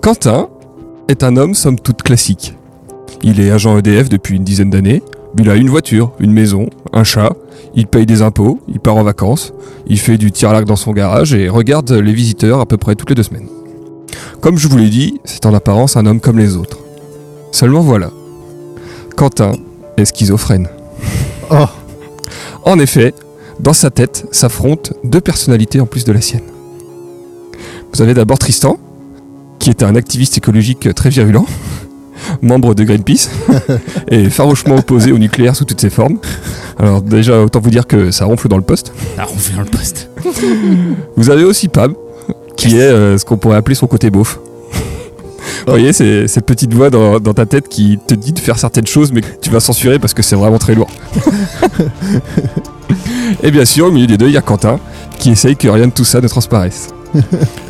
Quentin est un homme somme toute classique. Il est agent EDF depuis une dizaine d'années. Il a une voiture, une maison, un chat. Il paye des impôts, il part en vacances, il fait du tir à l'arc dans son garage et regarde les visiteurs à peu près toutes les deux semaines. Comme je vous l'ai dit, c'est en apparence un homme comme les autres. Seulement voilà, Quentin est schizophrène. Oh. En effet, dans sa tête s'affrontent deux personnalités en plus de la sienne. Vous avez d'abord Tristan, qui est un activiste écologique très virulent, membre de Greenpeace, et farouchement opposé au nucléaire sous toutes ses formes. Alors déjà, autant vous dire que ça ronfle dans le poste. Ah, on fait dans le poste. Vous avez aussi Pam, qui est euh, ce qu'on pourrait appeler son côté beauf. Vous voyez, c'est cette petite voix dans, dans ta tête qui te dit de faire certaines choses, mais que tu vas censurer parce que c'est vraiment très lourd. Et bien sûr, au milieu des deux, il y a Quentin, qui essaye que rien de tout ça ne transparaisse.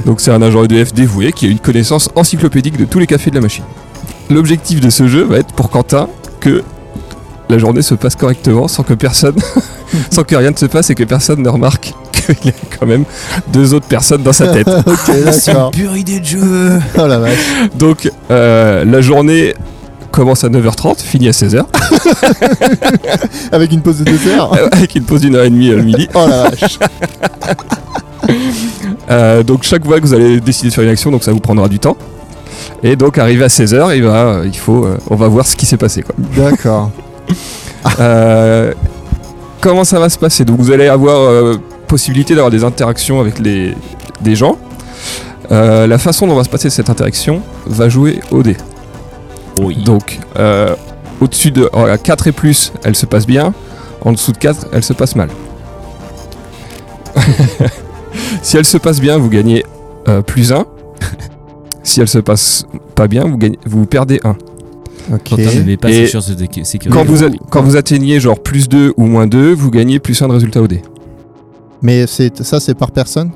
Donc c'est un agent EDF dévoué qui a une connaissance encyclopédique de tous les cafés de la machine. L'objectif de ce jeu va être pour Quentin que la journée se passe correctement sans que personne, sans que rien ne se passe et que personne ne remarque qu'il y a quand même deux autres personnes dans sa tête. Ok, C'est une d'accord. pure idée de jeu. Oh la vache. Donc euh, la journée commence à 9h30, finit à 16h, Avec une pause de dessert. avec une pause d'une heure et demie à midi. Oh la vache. Euh, donc chaque fois que vous allez décider de faire une action, donc ça vous prendra du temps. Et donc arrivé à 16h, il va, euh, il faut, euh, on va voir ce qui s'est passé. Quoi. D'accord. Euh, comment ça va se passer Donc vous allez avoir euh, possibilité d'avoir des interactions avec les, des gens. Euh, la façon dont va se passer cette interaction va jouer au dé. Oui. Donc euh, au-dessus de euh, à 4 et plus, elle se passe bien. En dessous de 4, elle se passe mal. si elle se passe bien, vous gagnez euh, plus 1. Si elle se passe pas bien, vous, gagnez, vous perdez 1. Ok. Quentin n'avait pas Et- ses chances de dé- sécurité. Quand, vous, a- quand vous atteignez genre plus 2 ou moins 2, vous gagnez plus 1 de résultat au dé. Mais c'est ça, c'est par personne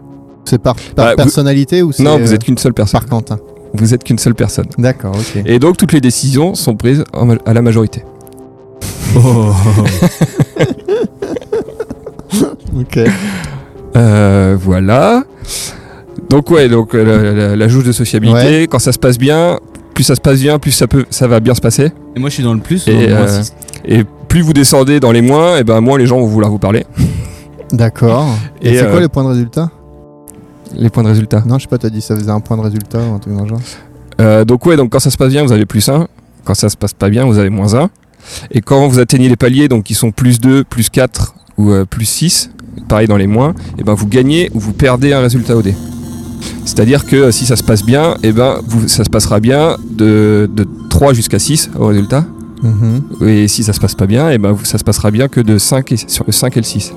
C'est par, par Bah, vous- personnalité ou c'est Non, vous euh, êtes qu'une seule personne. par Quentin Vous êtes qu'une seule personne. D'accord, ok. Et donc toutes les décisions sont prises en ma- à la majorité. Oh. Ok. Euh, voilà. Donc ouais, donc euh, la, la- la jauge de sociabilité, quand ça se passe bien, plus ça se passe bien, plus ça peut, ça va bien se passer. Et moi, je suis dans le plus. Et, donc, moi, euh, si- Et plus vous descendez dans les moins, et ben moins les gens vont vouloir vous parler. D'accord. Et, Et, c'est euh, quoi les points de résultat Les points de résultat. Non, je sais pas, t'as dit ça faisait un point de résultat ou un truc dans le genre. Euh, donc ouais, donc quand ça se passe bien, vous avez plus 1. Quand ça se passe pas bien, vous avez moins 1. Et quand vous atteignez les paliers, donc qui sont plus 2, plus 4 ou euh, plus 6, pareil dans les moins, et ben vous gagnez ou vous perdez un résultat au dé. C'est-à-dire que euh, si ça se passe bien, et ben vous- ça se passera bien de, de 3 jusqu'à 6 au résultat. Mhm. Et si ça se passe pas bien, et ben vous- ça se passera bien que de 5 et, sur le 5 et le 6.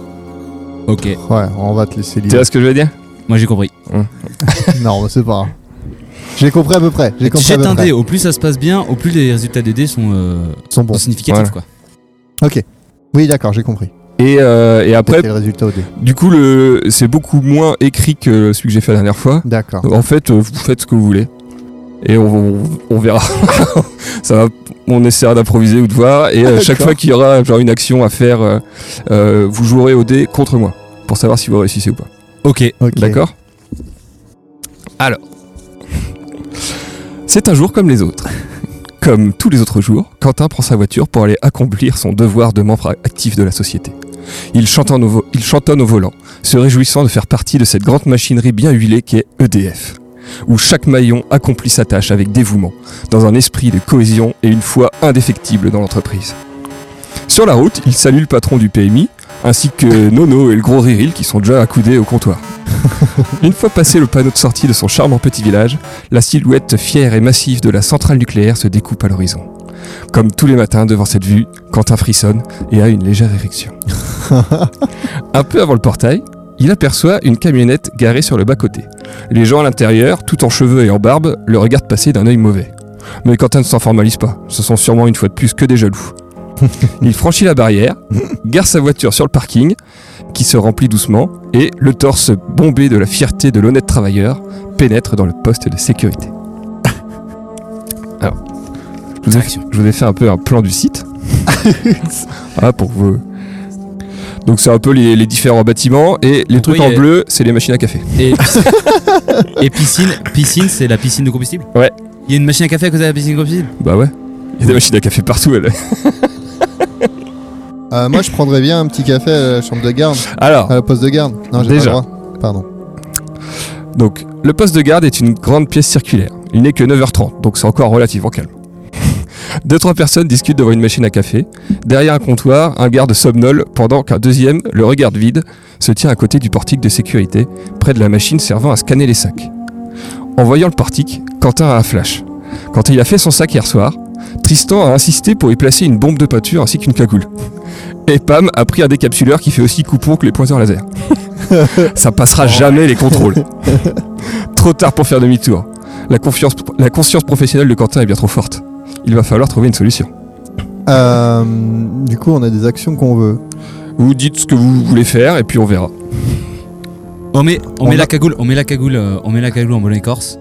Ok. Ouais, on va te laisser Tu lire. vois ce que je veux dire Moi, j'ai compris. non, mais c'est pas grave. J'ai compris à peu près. J'ai Tu compris à jettes peu un près. dé. Au plus ça se passe bien, au plus les résultats des dés sont, euh, Ils sont bons. sont significatifs. Quoi. Oui, d'accord, j'ai compris. et, euh, et après, C'était le résultat au dé. du coup, le- c'est beaucoup moins écrit que celui que j'ai fait la dernière fois. D'accord. En fait, euh, vous faites ce que vous voulez. Et on, on- on verra. ça va, on essaiera d'improviser ou de voir. Et euh, chaque D'accord. fois qu'il y aura genre, une action à faire, euh, euh, vous jouerez au dé contre moi. Pour savoir si vous réussissez ou pas. Ok. Ok. D'accord Alors. C'est un jour comme les autres. Comme tous les autres jours, Quentin prend sa voiture pour aller accomplir son devoir de membre actif de la société. Il chantonne, au vo- il chantonne au volant, se réjouissant de faire partie de cette grande machinerie bien huilée qu'est EDF, où chaque maillon accomplit sa tâche avec dévouement, dans un esprit de cohésion et une foi indéfectible dans l'entreprise. Sur la route, il salue le patron du PMI, ainsi que Nono et le gros Riril qui sont déjà accoudés au comptoir. Une fois passé le panneau de sortie de son charmant petit village, la silhouette fière et massive de la centrale nucléaire se découpe à l'horizon. Comme tous les matins devant cette vue, Quentin frissonne et a une légère érection. Un peu avant le portail, il aperçoit une camionnette garée sur le bas-côté. Les gens à l'intérieur, tout en cheveux et en barbe, le regardent passer d'un œil mauvais. Mais Quentin ne s'en formalise pas, ce sont sûrement une fois de plus que des jaloux. Il franchit la barrière, gare sa voiture sur le parking, qui se remplit doucement, et le torse bombé de la fierté de l'honnête travailleur pénètre dans le poste de sécurité. Alors, je vous, ai, je vous ai fait un peu un plan du site. ah, pour vous. Donc c'est un peu les, les différents bâtiments, et les Donc, trucs oui, en et- bleu, c'est les machines à café. Et Et piscine, piscine, c'est la piscine de combustible Ouais. Il y a une machine à café à côté de la piscine de combustible Bah ouais. Il y a des machines à café partout. elle. Euh, moi, je prendrais bien un petit café à la chambre de garde, Ah. Alors, à la poste de garde. Non, j'ai pas le Déjà. droit. Pardon. donc, le poste de garde est une grande pièce circulaire. Il n'est que 9h30, donc c'est encore relativement calme. Deux, trois personnes discutent devant une machine à café. Derrière un comptoir, un garde somnole pendant qu'un deuxième, le regarde vide, se tient à côté du portique de sécurité, près de la machine servant à scanner les sacs. En voyant le portique, Quentin a un flash. Quand il a fait son sac hier soir, Tristan a insisté pour y placer une bombe de peinture ainsi qu'une cagoule. Et Pam a pris un décapsuleur qui fait aussi coupon que les pointeurs laser. Ça passera jamais les contrôles. Trop tard pour faire demi-tour. La, confiance- la conscience professionnelle de Quentin est bien trop forte. Il va falloir trouver une solution. Euh, du coup, on a des actions qu'on veut. Vous dites ce que vous voulez faire et puis on verra. On met, on On met a- la cagoule, on met la cagoule, euh, on met la cagoule en bonne écorce.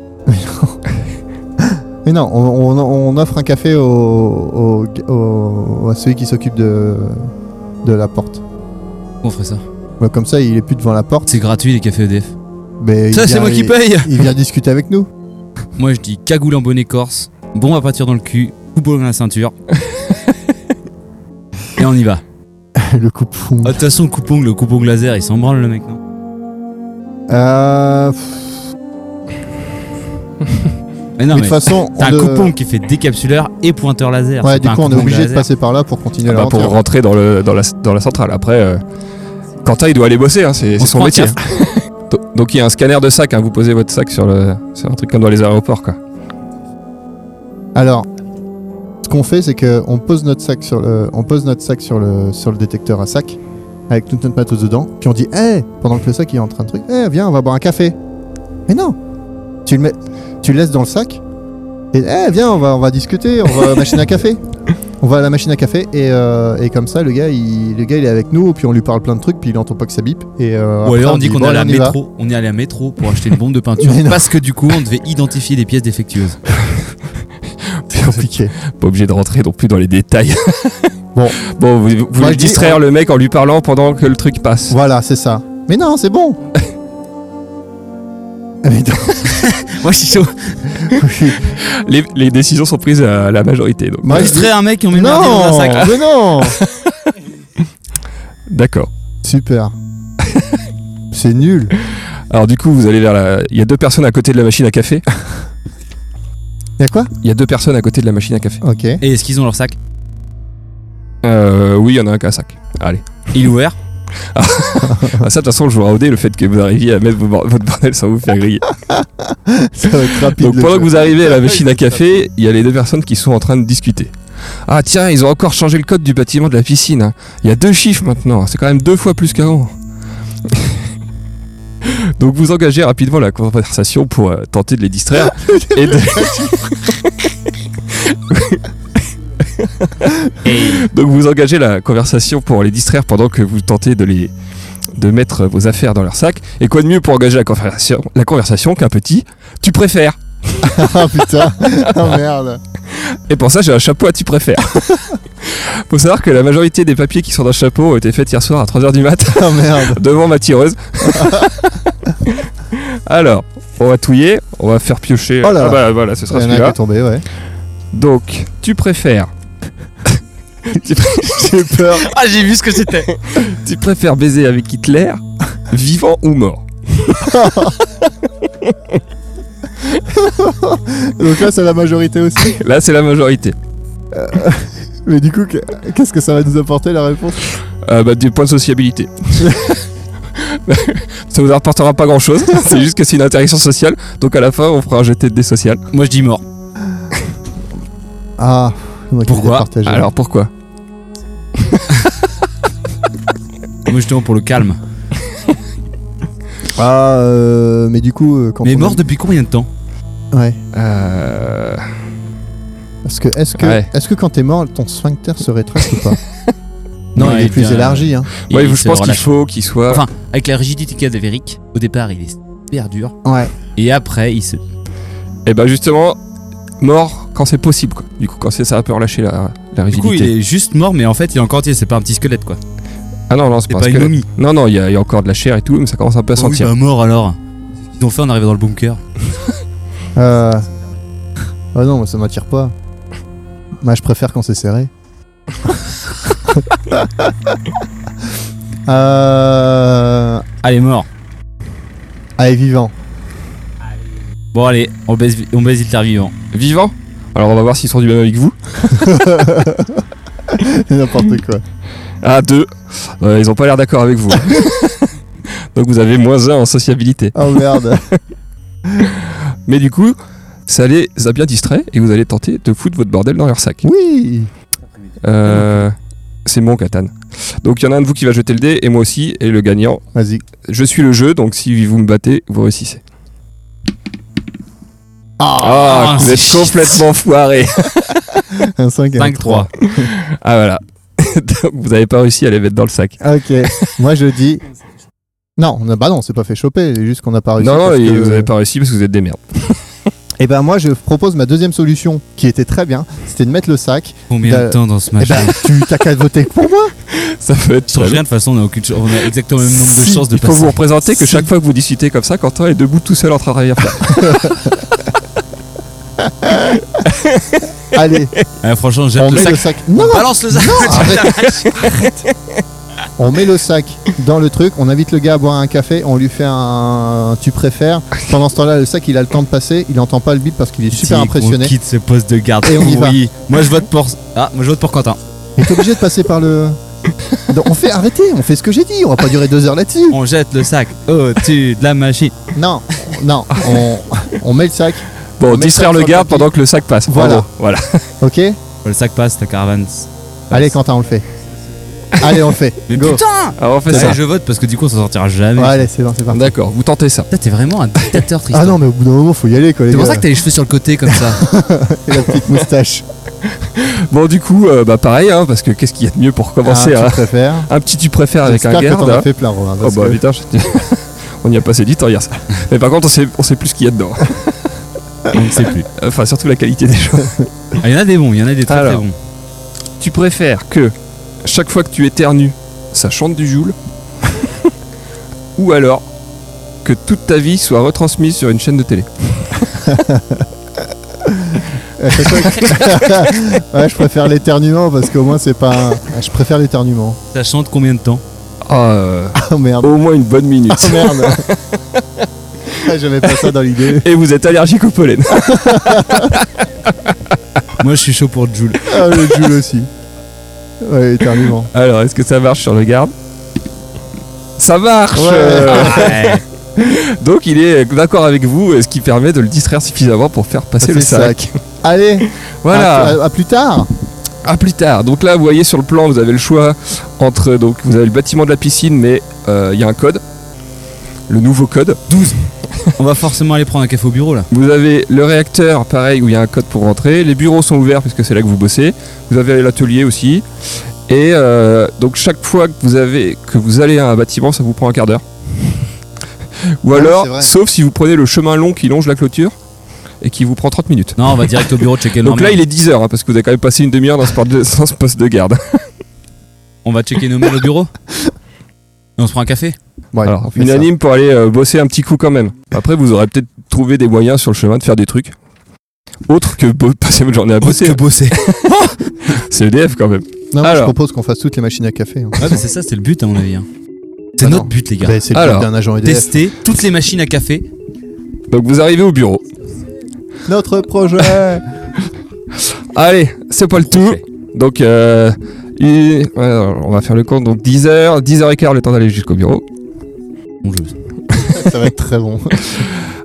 Mais non, on, on- on offre un café au, au- au- à celui qui s'occupe de, de la porte. Pourquoi On ferait ça. Ouais, Comme ça, il est plus devant la porte. C'est gratuit les cafés EDF. Mais il Ça c'est vient- moi qui il- paye. Il vient discuter avec nous. Moi je dis cagoule en bonne écorce, bon à partir dans le cul, coupeau dans la ceinture. Et on y va. le coup de fou. Ah, De toute façon, le coupongle, le coupongle laser, il s'en branle le mec, non Euh, pff, Mais mais de non, mais toute façon, t'as un on de- coupongle qui fait décapsuleur et pointeur laser. Ouais, c'est du pas un coup, on est coupongle obligé de laser. passer par là pour continuer Ah la bah, pour rentrée. rentrer dans, le, dans, la, dans la centrale. Après, euh, Quentin, il doit aller bosser, hein, c'est On c'est se son prend un métier. café. Donc- Donc il y a un scanner de sac, hein, vous posez votre sac sur, le, sur un truc comme dans les aéroports. Quoi. Alors, ce qu'on fait, c'est qu'on pose notre sac sur le, on pose notre sac sur le, sur le détecteur à sac avec toute notre matos dedans, puis on dit, hé, pendant que le sac il est en train de truc, hé, viens, on va boire un café. Mais non, tu le mets, tu le laisses dans le sac et, hé, viens, on va, on va discuter, on va à la machine à café. On va à la machine à café et, euh, et comme ça le gars, il, le gars il est avec nous puis on lui parle plein de trucs puis il entend pas que ça bip et euh, Ou après, alors on dit dit, qu'on est bon, allé à on y va. métro, on est allé à métro pour acheter une bombe de peinture Mais non. parce que du coup on devait identifier les pièces défectueuses. C'est compliqué. Pas obligé de rentrer non plus dans les détails. Bon. bon, vous, vous Moi, voulez je dis- distraire le mec en lui parlant pendant que le truc passe. Voilà, c'est ça. Mais non, c'est bon. Ah, mais non, Moi je suis chaud. je suis- Les, les décisions sont prises à la majorité. donc. euh, Moi, je dis- Distrait un mec et on met le merdier dans un non, sac. mais non. D'accord. Super. C'est nul. Alors du coup, vous allez vers la... Il y a deux personnes à côté de la machine à café. Y'a quoi Il y a deux personnes à côté de la machine à café. Ok. Et est-ce qu'ils ont leur sac Euh, oui, il y en a un qui a un sac. Allez. Il est ouvert Ah, ça, de toute façon, je vous raudais le fait que vous arriviez à mettre vos bor- votre bordel sans vous faire griller. Ça va être rapide. Donc le pendant jeu. que vous arrivez à la Ouais, machine à café, il y a les deux personnes qui sont en train de discuter. Ah tiens, ils ont encore changé le code du bâtiment de la piscine. hein. Il y a deux chiffres maintenant, hein. c'est quand même deux fois plus qu'avant. Donc vous engagez rapidement la conversation pour euh, tenter de les distraire et de- Donc vous engagez la conversation pour les distraire pendant que vous tentez de les de mettre vos affaires dans leur sac. Et quoi de mieux pour engager la conversation, la conversation qu'un petit tu préfères ah putain. Ah merde. Et pour ça, j'ai un chapeau à tu préfères. Faut savoir que la majorité des papiers qui sont dans le chapeau ont été faits hier soir à 3h du mat Ah merde. devant ma tireuse. Alors, on va touiller, on va faire piocher. Oh là ah là. bah voilà, ce Il y en sera a un qui est celui-là. tombé, ouais. Donc, tu préfères. tu, pr- J'ai peur. Ah j'ai vu ce que c'était tu préfères baiser avec Hitler, vivant ou mort Donc là, c'est la majorité aussi. Là, c'est la majorité. Mais du coup, que- qu'est-ce que ça va nous apporter la réponse Euh, bah, des points de sociabilité. ça vous apportera pas grand chose, c'est juste que c'est une interaction sociale, donc à la fin on fera un jeté de dés social. Moi je dis mort. Ah. il y en a qui Pourquoi les partagent. Alors pourquoi Moi justement pour le calme. Ah. euh, mais du coup, euh, quand Mais on- mort depuis combien de temps Ouais. Euh, Parce que est-ce que Ouais. est-ce que quand t'es mort, ton sphincter se rétracte ou pas Non, Ouais, il est plus bien. élargi. Hein. ouais, Il je se pense qu'il relâche. faut qu'il soit. Enfin, avec la rigidité cadavérique, au départ il est super dur. Ouais. Et après il se. et ben justement, mort quand c'est possible. Quoi. Du coup, quand c'est ça, peut relâcher la, la Du rigidité. coup il est juste mort, mais en fait il est encore entier, c'est pas un petit squelette quoi. Ah non, non, c'est C'est pas, pas un une squelette. momie. Non, non, il y, a- il y a encore de la chair et tout, mais ça commence un peu à Oh oui, sentir. bah, mort alors. qu'ils ont fait en arrivant dans le bunker Euh... Ah non, moi ça m'attire pas. Moi je préfère quand c'est serré. euh... Allez, mort. Allez, vivant. Bon, allez, on baise, vi- on baise les terres vivants. Vivant Alors on va voir s'ils sont du même avec vous. N'importe quoi. Ah, deux. Euh, ils ont pas l'air d'accord avec vous. Donc vous avez moins un en sociabilité. Oh merde. Mais du coup, ça les a bien distraits et vous allez tenter de foutre votre bordel dans leur sac. Oui. Euh, c'est mon katane. Donc il y en a un de vous qui va jeter le dé et moi aussi, et le gagnant. Vas-y. Je suis le jeu, donc si vous me battez, vous réussissez. Ah, ah, vous c'est êtes shit. complètement foiré. Un 5 un 5-3. Ah voilà. Donc, vous avez pas réussi à les mettre dans le sac. Ok. Moi je dis. Non, on a... bah non, on s'est pas fait choper, c'est juste qu'on n'a pas réussi. non, non, parce et que- vous avez pas réussi parce que vous êtes des merdes. Eh ben moi je propose ma deuxième solution, qui était très bien, c'était de mettre le sac. Combien Bah, de temps dans ce Eh Ah, match ben tu t'as qu'à voter pour moi. Ça peut être Je change très rien, de toute façon, on a, aucune ch- on a exactement le même nombre de Bah Si, chances de Il faut vous passer. représenter que Si. chaque fois que vous discutez comme ça, Quentin est debout tout seul en train de rien faire. Allez, Ah, franchement, on jette le met sac. le sac. Non, non, Balance le sac On met le sac dans le truc, on invite le gars à boire un café, on lui fait un tu préfères. Pendant ce temps-là, le sac il a le temps de passer, il entend pas le bip parce qu'il est super Dick, impressionné. On quitte ce poste de garde Et on y va. pourri. Moi je vote pour. Ah, moi je vote pour Quentin. Il est obligé de passer par le. Donc, on fait arrêtez, on fait ce que j'ai dit, on va pas durer deux heures là-dessus. On jette le sac au-dessus de la machine. Non, non, on, on met le sac, Bon, On met distraire ça le sur le garde tapis. pendant que le sac passe. En Voilà. gros, voilà. ok Le sac passe, la caravane. passe. Allez Quentin, on le fait. Allez, on le fait. Mais Go. putain Alors on fait Allez, ça. je vote parce que du coup on s'en sortira jamais. Ouais, allez, c'est bon, c'est parti. D'accord, vous tentez ça. Putain, t'es vraiment un dictateur triste. Ah non, mais au bout d'un moment, faut y aller quoi, les C'est pour gars. ça que t'as les cheveux sur le côté comme ça. Et la petite moustache. Bon, du coup, euh, bah pareil, hein, parce que qu'est-ce qu'il y a de mieux pour commencer hein. Ah, à- tu préfères. un petit tu Ah, préfères avec un J'espère que garde t'en as hein. fait plein, Romain. Oh parce bah que- putain, je- on y a passé du temps hier ça. Mais par contre, on sait, on sait plus ce qu'il y a dedans. on ne sait plus. Enfin, surtout la qualité des choses. Ah, Il y en a des bons, il y en a des très Alors. très bons. Tu préfères que chaque fois que tu éternues, ça chante du joule ou alors que toute ta vie soit retransmise sur une chaîne de télé. ouais, je préfère l'éternuement parce qu'au moins c'est pas. un- Ah, Je préfère l'éternuement. Ça chante combien de temps Ah, euh, Oh merde. au moins une bonne minute. Oh merde. Ah, J'avais pas ça dans l'idée. Et vous êtes allergique au pollen. Moi je suis chaud pour Jules. Ah, le Jules aussi. Ouais, éternuement. Alors, est-ce que ça marche sur le garde Ça marche Ouais. euh, Donc, il est d'accord avec vous, ce qui permet de le distraire suffisamment pour faire passer Passer le le sac. Ah, Allez, Voilà. à, à- à plus tard. à plus tard. Donc là, vous voyez sur le plan, vous avez le choix entre donc vous avez le bâtiment de la piscine, mais euh, il y a un code, le nouveau code. On va forcément aller prendre un café au bureau là. Vous avez le réacteur, pareil, où il y a un code pour rentrer. Les bureaux sont ouverts puisque c'est là que vous bossez. Vous avez l'atelier aussi. Et euh, donc chaque fois que vous avez que vous allez à un bâtiment, ça vous prend un quart d'heure. Ou Ouais, alors, c'est vrai. sauf si vous prenez le chemin long qui longe la clôture et qui vous prend 30 minutes. Non, on va direct au bureau checker nos Donc là, mails. il est 10h parce que vous avez quand même passé une demi-heure dans, ce par- de- dans ce poste de garde. On va checker nos mails au bureau Et on se prend un café Bon, allez, on Alors, fait ça. unanime pour aller euh, bosser un petit coup quand même. Après, vous aurez peut-être trouvé des moyens sur le chemin de faire des trucs. Autre que bo- passer votre journée à bosser. bosser. C'est EDF quand même. Non, moi, je Alors. propose qu'on fasse toutes les machines à café. hein. Ouais, bah c'est ça, c'est le but à mon avis. hein. C'est Ah notre non. but, les gars. Bah, c'est le Alors. but d'un agent EDF. Tester toutes les machines à café. Donc vous arrivez au bureau. Notre projet. Allez, c'est pas le tout. Donc, euh, il- ouais, alors, on va faire le compte. Donc 10h, 10h15 le temps d'aller jusqu'au bureau. Bon jeu. ça va être très bon.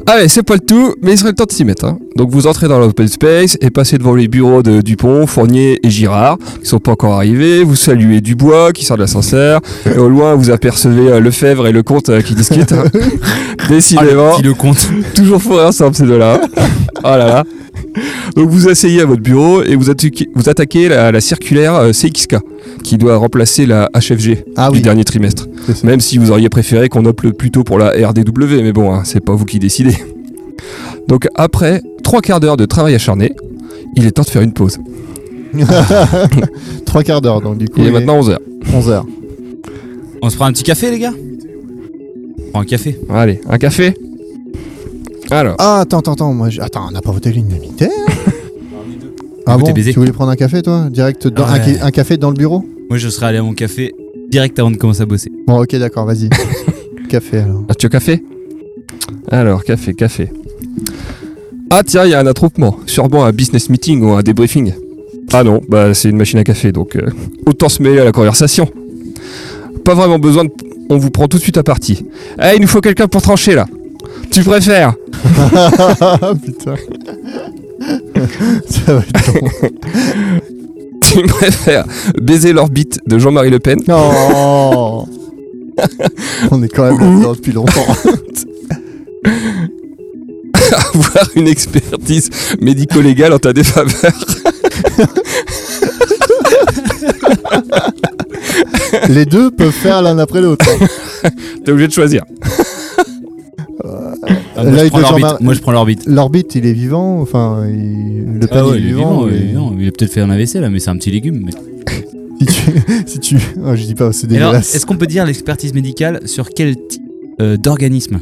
Allez, c'est pas le tout, mais il serait le temps de s'y mettre. hein. Donc vous entrez dans l'open space et passez devant les bureaux de Dupont, Fournier et Girard, qui sont pas encore arrivés. Vous saluez Dubois qui sort de l'ascenseur. Et au loin, vous apercevez euh, Lefebvre et le comte euh, qui discutent. hein. Ah, le Décidément, petit le compte. toujours fourré ensemble ces deux-là. hein. oh là là. Donc vous asseyez à votre bureau et vous attaquez, vous attaquez la, la circulaire euh, CXK qui doit remplacer la HFG Ah du oui. dernier trimestre. c'est ça. Même si vous auriez préféré qu'on opte plutôt pour la RDW, mais bon, hein, c'est pas vous qui décidez. Donc après trois quarts d'heure de travail acharné, il est temps de faire une pause. Trois quarts d'heure, donc du coup. Il est maintenant 11h. 11h. On se prend un petit café, les gars On prend un café. Allez, un café Alors, Ah, attends, attends, attends. Moi, j'ai- attends, on n'a pas voté l'unanimité hein Ah Écoutez, bon baiser. Tu voulais prendre un café, toi Direct dans, un, Ah Ouais. ca- un café dans le bureau Moi, je serais allé à mon café direct avant de commencer à bosser. Bon, ok, d'accord, vas-y. café, alors. as tu as café Alors, café, café. Ah tiens, il y a un attroupement. Sûrement un business meeting ou un débriefing. Ah non, bah c'est une machine à café, donc euh, autant se mêler à la conversation. Pas vraiment besoin de... On vous prend tout de suite à partie. Eh, il nous faut quelqu'un pour trancher, là. Tu préfères Ah, Putain. Ça va être drôle. Tu préfères baiser l'orbite de Jean-Marie Le Pen Non On est quand même là-dedans depuis longtemps. avoir une expertise médico-légale en ta défaveur. Les deux peuvent faire l'un après l'autre. T'es obligé de choisir. Ah, moi, L'œil je prends de l'orbite. Jean-Mar- Moi, je prends l'orbite. L'orbite, il est vivant. Enfin, il- le panier Ah ouais, il est il est vivant. vivant, il mais- est vivant. Il a peut-être fait un AVC là, mais c'est un petit légume. mais- Si tu. Si tu... Oh, je dis pas, c'est Alors, dégueulasse. est-ce qu'on peut dire l'expertise médicale sur quel type euh, d'organisme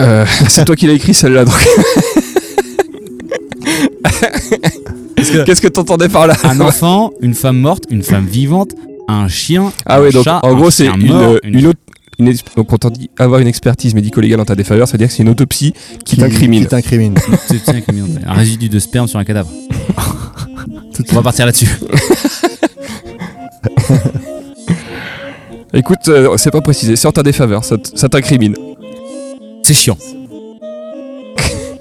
Euh, c'est toi qui l'as écrit celle-là, donc Parce que qu'est-ce que t'entendais par là un enfant, une femme morte, une femme vivante, un chien, Ah un ouais, donc chat, en un gros, c'est chien une, euh, mort, une, autre. une ex- donc quand on dit avoir une expertise médico-légale en ta défaveur, ça veut dire que c'est une autopsie qui Qui t'incrimine. t'incrimine. C'est bien avec le mien, un résidu de sperme sur un cadavre. On va partir là-dessus. Écoute, euh, c'est pas précisé, c'est en ta défaveur, ça t- ça t'incrimine. C'est chiant.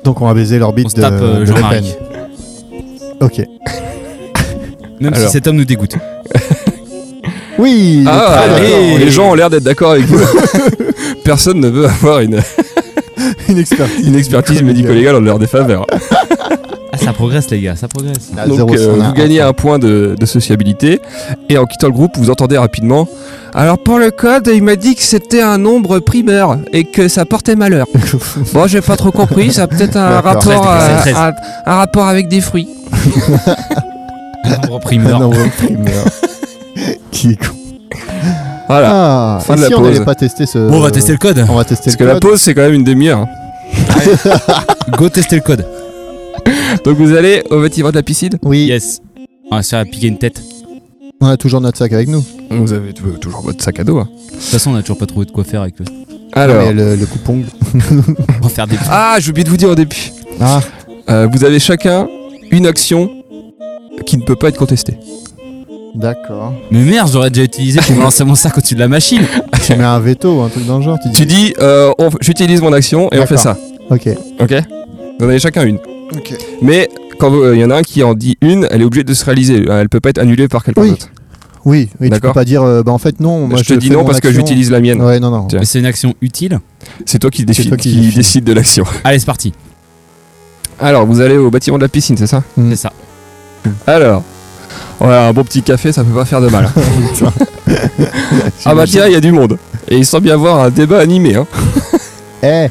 Donc on va baiser l'orbite On se de, tape euh, de Le Pen. Jean-Marie. Ok. Même Alors. si cet homme nous dégoûte. Oui. Ah, très allez, d'accord. les gens ont l'air d'être d'accord avec vous. Personne ne veut avoir une, une expertise. une expertise médico-légale en leur défaveur. Ah, ça progresse, les gars, ça progresse. Ah, Donc zéro, euh, on a vous gagnez un point de, de sociabilité et en quittant le groupe vous entendez rapidement Alors pour le code il m'a dit que c'était un nombre primeur et que ça portait malheur. bon j'ai pas trop compris, ça a peut-être un D'accord. rapport C'est euh, treize. un, un rapport avec des fruits. Nombre un Ah primeur. nombre primeur. Qui est con. Voilà. Ah, Fin et de la si on pause. n'avait pas testé ce. Bon, on va tester le Euh. code. On va tester Parce le que la code. pause c'est quand même une demi-heure. hein. Go tester le code. Donc vous allez au bâtiment de la piscine Oui, Yes. On va se faire piquer une tête. De on a toujours notre sac avec nous. Vous avez t- toujours votre sac à dos. hein. toute façon, on a toujours pas trouvé de quoi faire avec le. Alors. Mais le, le coupon. On va faire des. Ah j'ai oublié de vous dire au début. Ah, Euh, vous avez chacun une action qui ne peut pas être contestée. d'accord. Mais merde, j'aurais déjà utilisé pour me lancer mon sac au-dessus de la machine. tu mets un veto, un truc dans le genre. Tu dis. Tu dis euh, on- j'utilise mon action et on fait D'accord. ça. Ok. Ok Vous en avez chacun une. Ok. Mais quand vous- il y en a un qui en dit une, elle est obligée de se réaliser. Euh, Elle peut pas être annulée par quelqu'un Oui. d'autre. Oui, oui tu peux D'accord. pas dire. euh, bah en fait non. Moi, je je, te dis fais non mon parce que action. j'utilise la mienne. Ouais, non, non. Tiens. Mais c'est une action utile. C'est toi qui, décide, toi qui qui définis. décide de l'action. Allez, c'est parti. Alors, vous allez au bâtiment de la piscine, c'est ça C'est ça. Alors. Ouais, un bon petit café, ça peut pas faire de mal. ah bah tiens, il y a du monde. Et il semble y avoir un débat animé. hein. Eh,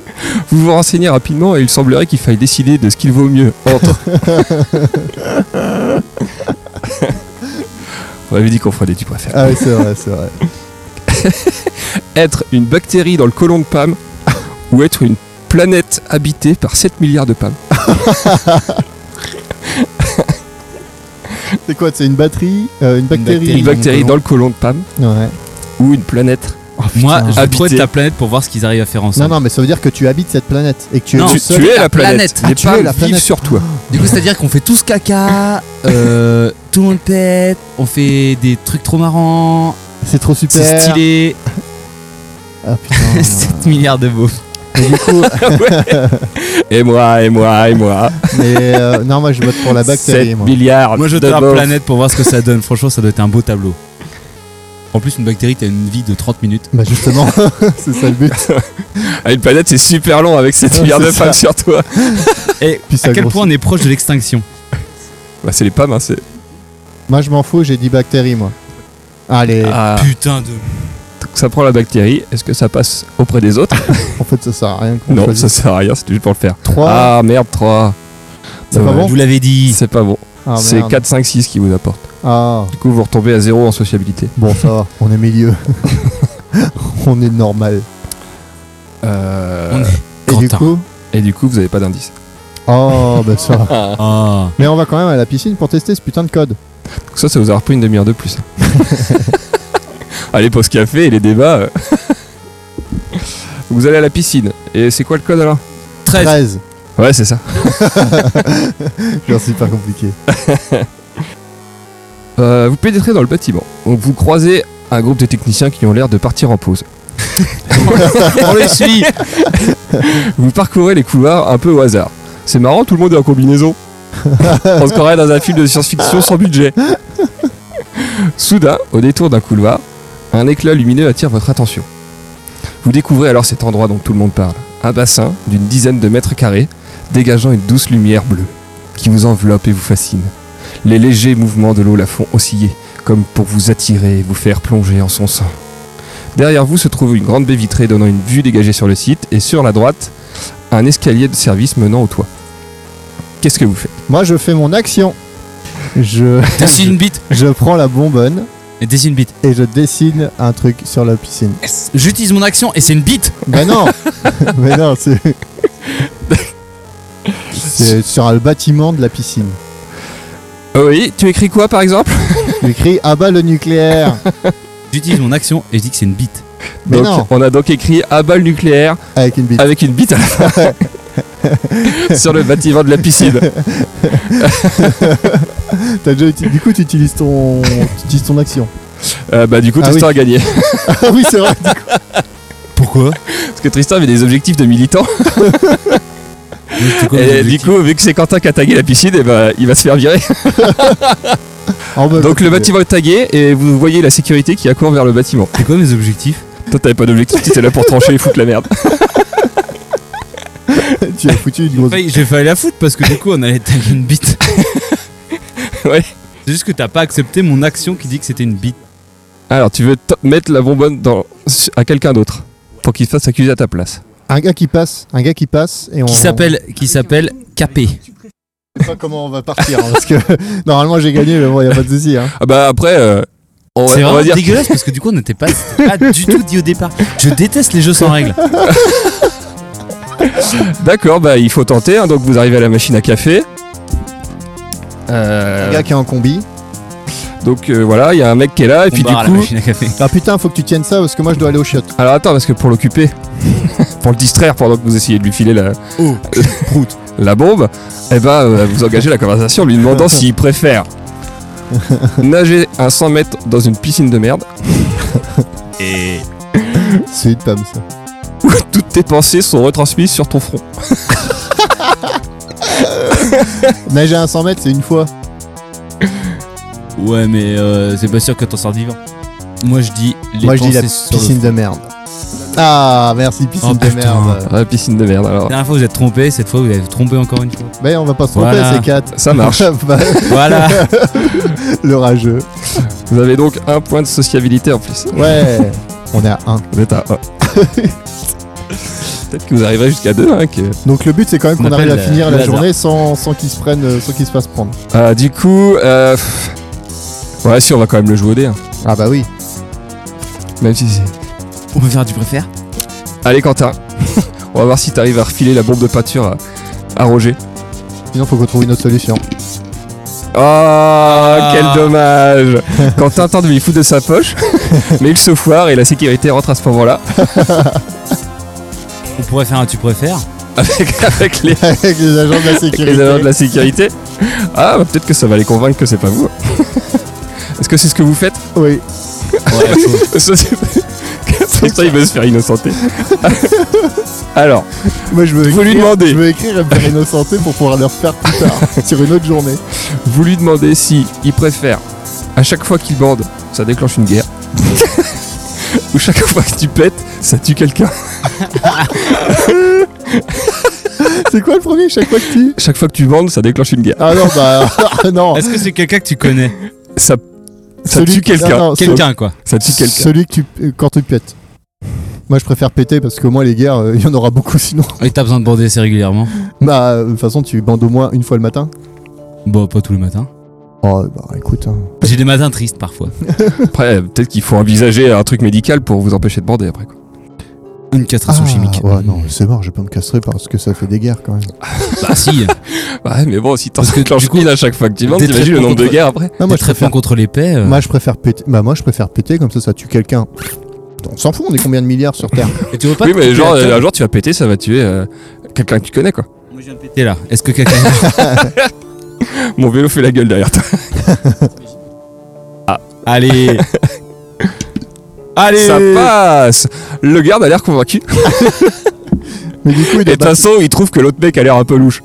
Vous vous renseignez rapidement et il semblerait qu'il faille décider de ce qu'il vaut mieux entre. On avait dit qu'on ferait des tu préfères. ah oui, c'est vrai, c'est vrai. être une bactérie dans le colon de Pam ou être une planète habitée par 7 milliards de Pam. C'est quoi C'est une batterie, euh, une bactérie. Une bactérie dans le colon de Pam Ouais. ou une planète. Moi, je Habité. vais de la planète pour voir ce qu'ils arrivent à faire Non, ensemble. non, mais ça veut dire que tu habites cette planète et que tu es Non. le tu, seul. tu es la la planète. planète. Les Ah, tu es Pam la planète. vivent sur toi. Du coup, c'est-à-dire qu'on fait tous caca, euh, tout le monde pète, on fait des trucs trop marrants, C'est trop super. c'est stylé, Ah putain. 7 milliards de mots. mais du coup, Et moi, et moi, et moi. mais euh, non, moi je vote pour la 7 bactérie. Moi. milliards Moi, je de veux la morts. planète pour voir ce que ça donne. Franchement, ça doit être un beau tableau. En plus, une bactérie, t'as une vie de 30 minutes. Bah justement, c'est ça le but. Ah, Une planète, c'est super long avec 7 Ouais, milliards de c'est Pam ça. sur toi. Et Puis ça à quel grossit. point on est proche de l'extinction Bah, c'est les Pam, hein, c'est. Moi je m'en fous, j'ai dit bactérie moi. Allez, Ah, Putain de. donc ça prend la bactérie. Est-ce que ça passe auprès des autres en fait ça sert à rien qu'on Non, ça choisisse sert à rien, c'était juste pour le faire. 3. Ah merde, 3. Oh. C'est pas bon Vous l'avez dit. C'est pas bon. Ah, c'est merde. 4, 5, 6 qui vous apporte. Ah, Du coup, vous retombez à 0 en sociabilité. bon ça va, on est milieu. on est normal. Euh, On est- Et du Quentin. coup. Et du coup, vous avez pas d'indice. Oh, bah ça. va. Ah. Mais on va quand même à la piscine pour tester ce putain de code. Ça, ça vous aura pris une demi-heure de plus. allez, pause café et les débats. euh. vous allez à la piscine. Et c'est quoi le code alors 13. 13. Ouais, c'est ça. Genre, c'est pas compliqué. Euh, vous pénétrez dans le bâtiment. Donc, vous croisez un groupe de techniciens qui ont l'air de partir en pause. On les suit. Vous parcourez les couloirs un peu au hasard. C'est marrant, tout le monde est en combinaison. On se croirait dans un film de science-fiction sans budget. Soudain, au détour d'un couloir, un éclat lumineux attire votre attention. Vous découvrez alors cet endroit dont tout le monde parle. Un bassin d'une dizaine de mètres carrés, dégageant une douce lumière bleue, qui vous enveloppe et vous fascine. Les légers mouvements de l'eau la font osciller, comme pour vous attirer et vous faire plonger en son sein. Derrière vous se trouve une grande baie vitrée donnant une vue dégagée sur le site, et sur la droite, un escalier de service menant au toit. Qu'est-ce que vous faites Moi, je fais mon action. Je, Dessine une bite. je prends la bonbonne Dessine une bite. et je dessine un truc sur la piscine. J'utilise mon action et c'est une bite. Mais non Mais non, c'est. C'est sur le bâtiment de la piscine. Euh, Oui, tu écris quoi par exemple J'écris à bas le nucléaire J'utilise mon action et je dis que c'est une bite. Mais Donc, non On a donc écrit à balle nucléaire Avec une bite. avec une bite à la fin sur le bâtiment de la piscine. T'as déjà uti- Du coup, tu utilises ton, tu utilises ton action. Euh, bah du coup Ah Tristan oui. a gagné Ah oui, c'est vrai Pourquoi parce que Tristan avait des objectifs de militant et du coup vu que c'est Quentin qui a tagué la piscine et bah, il va se faire virer. En bas, Donc je- le bâtiment est tagué et vous voyez la sécurité qui accourt vers le bâtiment. C'est quoi mes objectifs Toi t'avais pas d'objectif, t'étais là pour trancher et foutre la merde. Tu as foutu une grosse. J'ai failli la foutre parce que du coup on allait taguer une bite. Ouais. C'est juste que t'as pas accepté mon action qui dit que c'était une bite. Alors tu veux t- mettre la bonbonne dans... à quelqu'un d'autre pour qu'il se fasse accuser à ta place. Un gars qui passe, un gars qui passe et on. Qui s'appelle qui s'appelle Capé. Je sais pas comment on va partir hein, parce que normalement j'ai gagné, mais bon, y a pas de souci. Hein. Ah bah après, euh, on, C'est va, on vraiment va dire. dégueulasse parce que du coup on n'était pas, c'était pas du tout dit au départ. Je déteste les jeux sans règles. D'accord, bah il faut tenter. hein, donc vous arrivez à la machine à café. Euh, Un gars qui est en combi. donc euh, voilà, il y a un mec qui est là et puis On du barre à la coup. machine à café. Ah putain, faut que tu tiennes ça parce que moi je dois aller au chiottes. Alors attends parce que pour l'occuper, pour le distraire pendant que vous essayez de lui filer la, Oh, la bombe, eh ben euh, vous engagez la conversation en lui demandant s'il préfère nager à 100 mètres dans une piscine de merde Et C'est une pomme ça. où toutes tes pensées sont retransmises sur ton front. Nager à 100 mètres, c'est une fois. ouais, mais euh, c'est pas sûr que t'en sors vivant. Moi je dis les moi je dis la pensées sur le piscine front. de merde. Ah merci piscine Oh, de putain. merde. Ah, piscine de merde alors. La dernière fois vous êtes trompé, cette fois vous avez trompé encore une fois. Mais on va pas se tromper, Voilà. c'est 4. Ça marche. Voilà. le rageux. Vous avez donc un point de sociabilité en plus. Ouais. on est à 1. Vous êtes à un. Peut-être que vous arriverez jusqu'à deux. Hein, que- Donc le but c'est quand même On qu'on arrive à appelle, euh, finir le la hasard. journée sans, sans qu'ils se prennent, euh, sans qu'ils se fassent prendre. Ah, du coup, euh... pff. ouais, si on va quand même le jouer au dé, hein, Ah bah oui. même si c'est. On peut faire du préfère Allez Quentin, on va voir si t'arrives à refiler la bombe de peinture à, à Roger. Sinon faut qu'on trouve une autre solution. Oh, quel dommage Quentin tente de lui foutre de sa poche, mais il se foire et la sécurité rentre à ce moment-là On pourrait faire un tu préfères avec, avec les, Avec les agents de la avec sécurité. les agents de la sécurité. Ah, bah, peut-être que ça va les convaincre que c'est pas vous. Est-ce que c'est ce que vous faites Oui. Ouais, chaud. Ça, c'est- Tristan, il veut se faire innocenter. Alors, Moi je veux Vous lui écrire- demandez. Je veux écrire et me faire innocenter pour pouvoir le refaire plus tard sur une autre journée. vous lui demandez si il préfère à chaque fois qu'il bande, ça déclenche une guerre, ou chaque fois que tu pètes, ça tue quelqu'un. C'est quoi le premier chaque fois que tu Chaque fois que tu bandes, ça déclenche une guerre. Ah non bah ah non. Est-ce que c'est quelqu'un que tu connais Ça, ça Celui tue qui- Ah non, quelqu'un. non, Quelqu'un quoi. Ça tue quelqu'un. Celui que tu euh, quand tu pètes. Moi je préfère péter parce que moi les guerres euh, il y en aura beaucoup sinon. Et t'as besoin de bander assez régulièrement Bah euh, de toute façon tu bandes au moins une fois le matin. Bon, Bah, pas tous les matins. Oh bah écoute. hein. J'ai des matins tristes parfois. Après, peut-être qu'il faut envisager un truc médical pour vous empêcher de bander après. quoi. une castration Ah, chimique. Ouais, non, c'est mort, je vais pas me castrer parce que ça fait des guerres quand même. Bah si, Ah, Ouais, mais bon, si t'en Parce que, enclenches du coup, mille à chaque fois que tu manques, des t'imagines le traitements nombre de contre- guerres après Non, moi, moi, des je traitements préfère, contre l'épée. euh, moi je préfère péter. Bah, moi je préfère péter, comme ça ça tue quelqu'un. On s'en fout, on est combien de milliards sur Terre et tu veux pas Oui, te mais couper genre, la euh, tête un jour tu vas péter, ça va tuer euh, quelqu'un que tu connais quoi. Moi, je viens de euh, péter là. Est-ce que quelqu'un. Mon vélo fait la gueule derrière toi. Allez Allez Ça passe Le garde a l'air convaincu. Mais du coup, il Et de Bah, est toute façon, il trouve que l'autre mec a l'air un peu louche.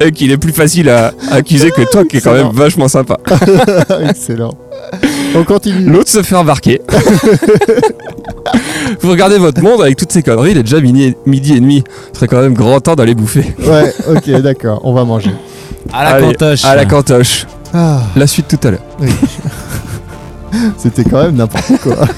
Et qu'il est plus facile à à accuser que toi, qui est quand même vachement sympa. Excellent. On continue. L'autre se fait embarquer. Vous regardez votre monde avec toutes ces conneries, il est déjà mini- midi et demi. Ce serait quand même grand temps d'aller bouffer. Ouais, ok, d'accord, on va manger. À la Allez, cantoche À la cantoche. Ah, La suite tout à l'heure. c'était quand même n'importe quoi.